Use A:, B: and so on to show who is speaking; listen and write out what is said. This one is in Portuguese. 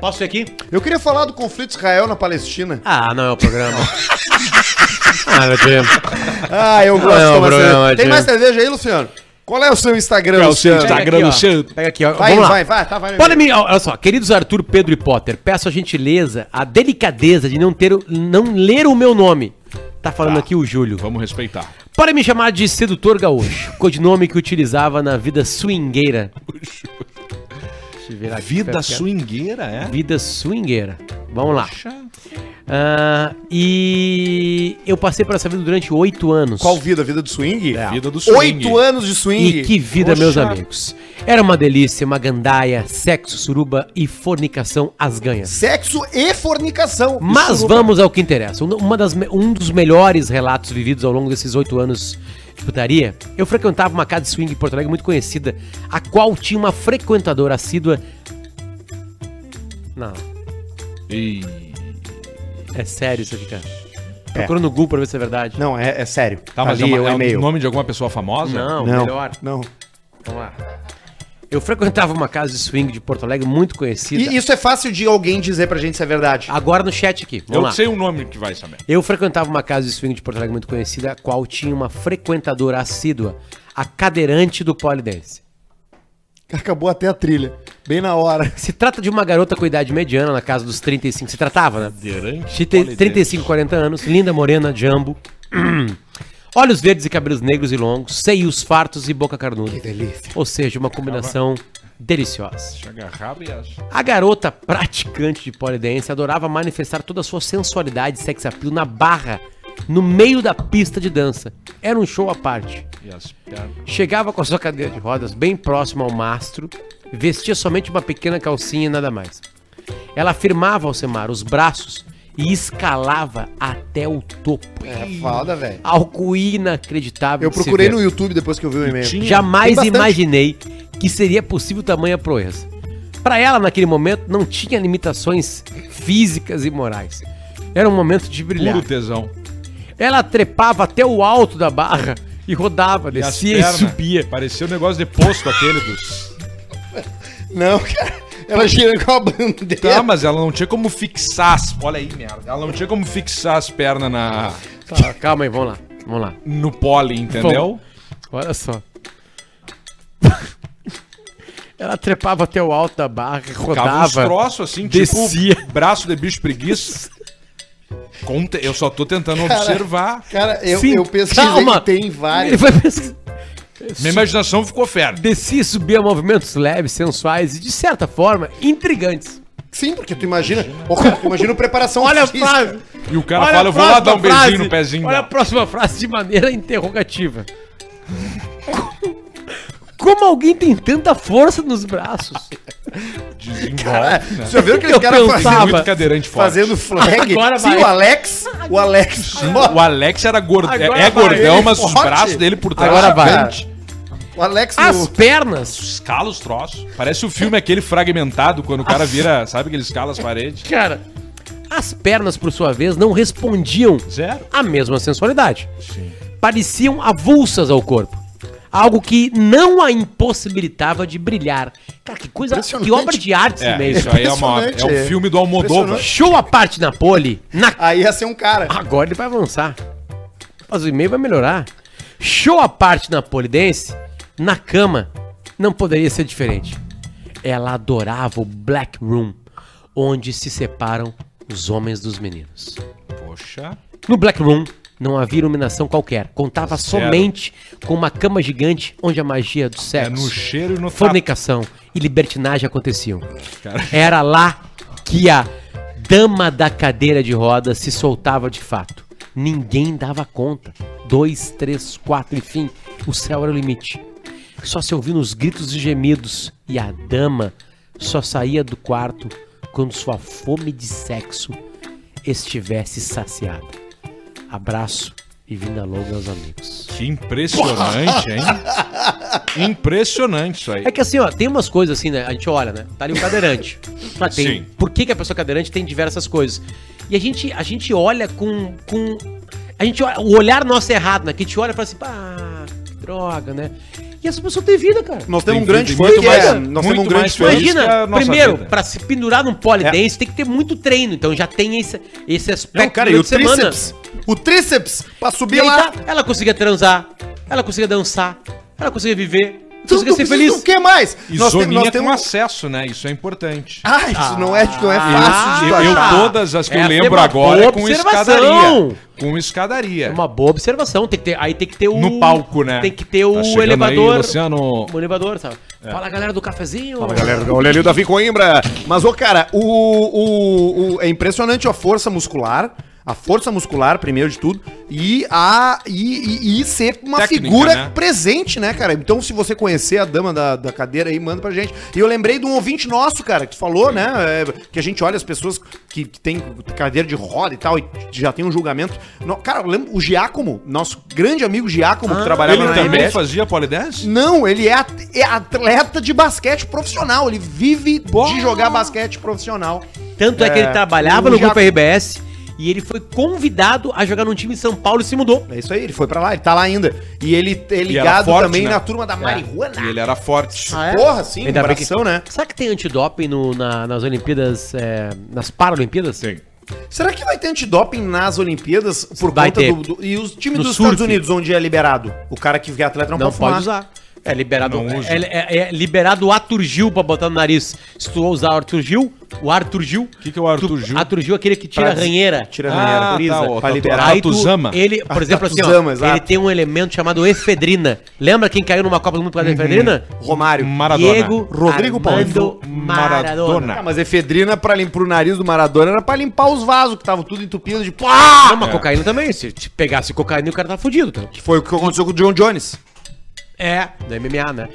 A: Posso ir aqui?
B: Eu queria falar do conflito Israel na Palestina.
A: Ah, não é o programa. ah, meu Deus.
B: Ah, eu gosto
A: Não,
B: de tomar
A: Bruno,
B: cerveja. Tem
A: Adriano.
B: mais cerveja aí, Luciano? Qual é o seu Instagram,
C: É o seu
B: Luciano?
D: tá
C: Instagram.
A: Pega aqui, ó.
C: Luciano.
A: Pega aqui, ó.
B: Vai,
A: Vamos lá.
B: vai, vai, tá, vai. meu
A: Podem
B: amigo.
A: me. Olha só, queridos Arthur, Pedro e Potter, peço a gentileza, a delicadeza de não, ter, o- não ler o meu nome. Tá falando
C: Tá.
A: aqui o Júlio.
C: Vamos respeitar.
A: Podem me chamar de sedutor gaúcho, codinome que utilizava na vida swingueira. Deixa eu virar aqui,
C: Vida
A: fica quieto.
C: swingueira, é?
A: Vida swingueira. Vamos lá.
C: Poxa.
A: Ah, e eu passei por essa vida durante oito anos.
B: Qual vida? Vida do swing?
C: Vida do swing.
B: Oito anos de swing.
A: E que vida,
C: Poxa.
A: meus amigos. Era uma delícia, uma gandaia, sexo, suruba e fornicação às ganhas.
B: Sexo e fornicação.
A: Mas
B: Isso-
A: vamos ao que interessa. Um- Uma das, me- um dos melhores relatos vividos ao longo desses oito anos de putaria, eu frequentava uma casa de swing em Porto Alegre muito conhecida, a qual tinha uma frequentadora assídua. Não,
C: E...
A: é sério isso aqui, cara. Procura no Google pra ver se é verdade.
B: Não, é, é sério.
C: Tá, mas
B: Ali
C: é,
B: é o
D: um
C: uma, é
B: e-mail.
C: o nome de alguma pessoa famosa?
A: Não,
B: Não,
A: melhor.
B: não.
A: Vamos lá. Eu frequentava uma casa de swing de Porto Alegre muito conhecida.
B: E isso é fácil de alguém dizer pra gente se é verdade.
A: Agora no chat aqui. Vamos
C: Eu
A: lá.
C: sei o nome que vai saber.
A: Eu frequentava uma casa de swing de Porto Alegre muito conhecida, a qual tinha uma frequentadora assídua, a cadeirante do polidense.
B: Acabou até a trilha. Bem na hora.
A: Se trata de uma garota com idade mediana, na casa dos 35, se tratava, né?
C: Cadeirante.
A: De ter 35, 40 anos, linda, morena, jambo, olhos verdes e cabelos negros e longos, seios fartos e boca carnuda. Que
B: delícia.
A: Ou seja, uma combinação deliciosa.
C: Agarrado e as...
A: A garota praticante de polidense adorava manifestar toda a sua sensualidade e sex appeal na barra, no meio da pista de dança. Era um show à parte.
C: E as pernas.
A: Chegava com a sua cadeira de rodas bem próxima ao mastro, vestia somente uma pequena calcinha e nada mais. Ela afirmava ao Semar os braços e escalava até o topo.
B: É foda, velho.
A: Algo inacreditável.
B: Eu
A: de se
B: procurei
A: ver.
B: no YouTube depois que eu vi o e-mail.
C: Tinha-
A: Jamais
B: Tem bastante.
A: imaginei que seria possível tamanha proeza. Pra ela, naquele momento, não tinha limitações físicas e morais. Era um momento de brilhar.
C: Puro tesão.
A: Ela trepava até o alto da barra e rodava,
C: E as
A: descia e,
C: pernas.
A: subia.
C: Parecia o negócio de posto aquele dos...
B: Não, cara. Ela gira com a bandeira.
D: É.
C: Tá, mas ela não tinha como fixar as... Olha aí, merda. Ela não tinha como fixar as pernas na...
A: Tá, calma aí, vamos lá. Vamos lá.
C: no pole, entendeu?
A: Bom, olha só. Ela trepava até o alto da barra, e
C: Ficava uns
A: rodava.
C: troços assim,
A: descia.
C: tipo braço de bicho preguiça. Conte- Eu só tô tentando observar.
B: Cara, eu,
A: Sim,
B: eu pesquisei
A: calma.
B: que tem
A: Ele
B: várias.
A: foi pesquisar.
C: Minha imaginação ficou fértil.
A: Descia e subia movimentos leves, sensuais e, de certa forma, intrigantes.
B: Sim, porque tu imagina. Ô, cara, tu imagina a preparação
A: Olha a
B: física.
A: frase.
C: E o cara
A: Olha
C: fala,
A: a
C: eu vou lá dar
A: próxima
C: um beijinho
A: frase.
C: no pezinho
A: Olha a
C: dela.
A: próxima frase de maneira interrogativa. Como alguém tem tanta força nos braços?
C: Desenvolve,
D: É.
C: né?
B: Vocês já viram aquele
A: Eu
B: cara
A: pensava.
B: fazendo,
A: Tava.
C: Muito cadeirante forte.
B: fazendo flag?
A: Agora
B: Sim,
A: vai.
B: o Alex. O Alex.
C: O Alex era gordo, é,
A: Agora vai.
C: é gordão,
B: Ele
C: mas os
B: forte.
C: braços dele por trás.
A: Agora vai.
C: gigante.
B: O Alex
A: As
B: no...
A: pernas,
C: Escala os troços. Parece o filme aquele fragmentado, quando o cara vira, sabe que ele escala as paredes.
A: cara, as pernas por sua vez não respondiam
C: Zero.
A: à mesma sensualidade.
C: Sim.
A: Pareciam avulsas ao corpo. Algo que não a impossibilitava de brilhar. Cara, que coisa,
B: Impressionante.
A: que obra de arte
C: É,
A: mesmo.
C: isso aí é, uma, é
B: Impressionante,
C: um
B: é.
C: filme do Almodóvar.
A: Show à parte na pole, na
B: Aí ia ser um cara.
A: Agora ele vai avançar. Mas o e-mail vai melhorar. Show à parte na polidense, na cama, não poderia ser diferente. Ela adorava o Black Room, onde se separam os homens dos meninos.
C: Poxa.
A: No Black Room, não havia iluminação qualquer. Contava
C: Zero.
A: somente com uma cama gigante onde a magia do
C: É
A: sexo
C: no cheiro e no tato.
A: fornicação e libertinagem aconteciam.
C: Cara.
A: Era lá que a dama da cadeira de rodas se soltava de fato. Ninguém dava conta. Dois, três, quatro, enfim, o céu era o limite. Só se ouviam os gritos e gemidos e a dama só saía do quarto quando sua fome de sexo estivesse saciada. Abraço e vinda longa aos amigos.
C: Que impressionante, hein? Impressionante isso aí.
A: É que assim, ó, tem umas coisas assim, né? A gente olha, né? Tá ali um cadeirante. Ah, tem,
C: Sim.
A: Por que, que a pessoa é cadeirante tem diversas coisas? E a gente, a gente olha com. com a gente olha, o olhar nosso é errado, né? Que a gente olha e fala assim, pá, que droga, né? E essa pessoa tem vida, cara.
D: Nós
C: Tem
D: temos um grande
C: vida,
D: fã
A: muito
D: que é.
A: mais-
D: Nós
C: muito
D: temos um grande
C: mais
D: fã.
C: foi isso que é
A: Imagina,
C: a nossa
A: primeiro,
C: vida. É.
A: pra se pendurar num pole dance tem que ter muito treino. Então já tem esse, esse aspecto
D: Não, cara,
A: durante
D: e o
A: a semana.
D: tríceps? O tríceps pra
A: E
D: subir
A: aí
D: lá.
A: tá, ela conseguia transar, ela conseguia dançar, ela conseguia viver,
C: Então
D: Tu
A: conseguia ser feliz.
D: O que mais?
C: E
D: Nós, te-
C: zoninha
D: nós
C: com
D: temos. um
C: acesso, né? Isso é importante.
D: Ah, isso não é, não é
A: Ah,
D: fácil de
C: eu, eu
D: achar.
C: todas as que eu
A: Essa é
C: lembro
A: uma
C: agora
A: boa
C: é com
A: observação.
C: escadaria. Com escadaria.
A: É uma boa observação. Tem que ter, aí tem que ter o.
C: No palco, né?
A: Tem que ter
C: Tá
A: o
C: chegando
A: elevador.
C: Aí, Luciano. É.
A: O elevador, sabe? Fala galera do cafezinho.
D: Fala, galera. Olha ali o Davi Coimbra. Mas, ô, cara, o, o, o- é impressionante a força muscular. A força muscular, primeiro de tudo, e, a, e, e- e ser uma
C: Técnica,
D: figura
C: né?
D: presente, né, cara? Então, se você conhecer a dama da, da cadeira aí, manda pra gente. E eu lembrei de um ouvinte nosso, cara, que falou, né? é, que a gente olha as pessoas que, que tem cadeira de roda e tal, e já tem um julgamento. No- cara, eu lembro o Giacomo, nosso grande amigo Giacomo,
A: Ah,
D: que trabalhava
C: Ah, Ele
D: na
C: também
D: MF.
C: fazia polidense?
D: Não, ele é at- é atleta de basquete profissional. Ele vive de jogar basquete profissional.
A: Tanto é, que
D: É,
A: ele trabalhava no
D: o Jaco-
A: grupo RBS e ele foi convidado a jogar num time em São Paulo e se mudou.
D: É isso aí, ele foi pra lá, ele tá lá ainda. E ele é
C: E era
D: ligado
C: forte,
D: também
C: né?
D: na turma da
C: E
D: marihuana.
C: ele era forte.
A: Ah, é?
D: Porra, sim,
A: Ainda bem
D: bração, né?
A: Será que tem antidoping no- na- nas Olimpíadas, é, nas Paralimpíadas?
C: Sim.
D: Será que vai ter antidoping nas Olimpíadas por
A: Vai
D: conta
A: ter.
D: do, do- E os times
A: No
D: dos
A: surf.
D: Estados Unidos, onde é liberado? O cara que é atleta não,
A: Não
D: pode,
A: pode
D: fumar.
A: usar. É liberado,
C: Não usa.
A: é, é- é liberado o Aturgil pra botar no nariz. Se tu usar o Aturgil, o Arturgil. O
C: Que que é o Arturgil?
A: Aturgil é aquele que tira
D: Pra
A: a
D: des-
A: ranheira.
D: Tira a
C: Ah,
D: maneira,
C: tá,
D: polisa,
C: ó,
D: pra
C: tá,
D: liberar.
C: tá.
A: Aí tu-
C: Tatuzama.
A: ele, por exemplo, assim, ó,
D: É Tatuzama, exato.
A: ele tem um elemento chamado efedrina. Lembra quem caiu numa Copa do Mundo por causa da efedrina?
D: Romário.
C: Uhum. Maradona.
A: Diego
D: Rodrigo
A: Armando
C: Paulo.
A: Maradona.
C: Maradona.
D: Ah, mas efedrina pra limpar o nariz do Maradona era pra limpar os vasos que estavam tudo entupidos de
A: Ah,
D: pá!
C: É.
A: mas cocaína também. Se te pegasse cocaína, o cara tá fudido. Cara.
D: Foi o que aconteceu com o John Jones.
A: É, da MMA, né?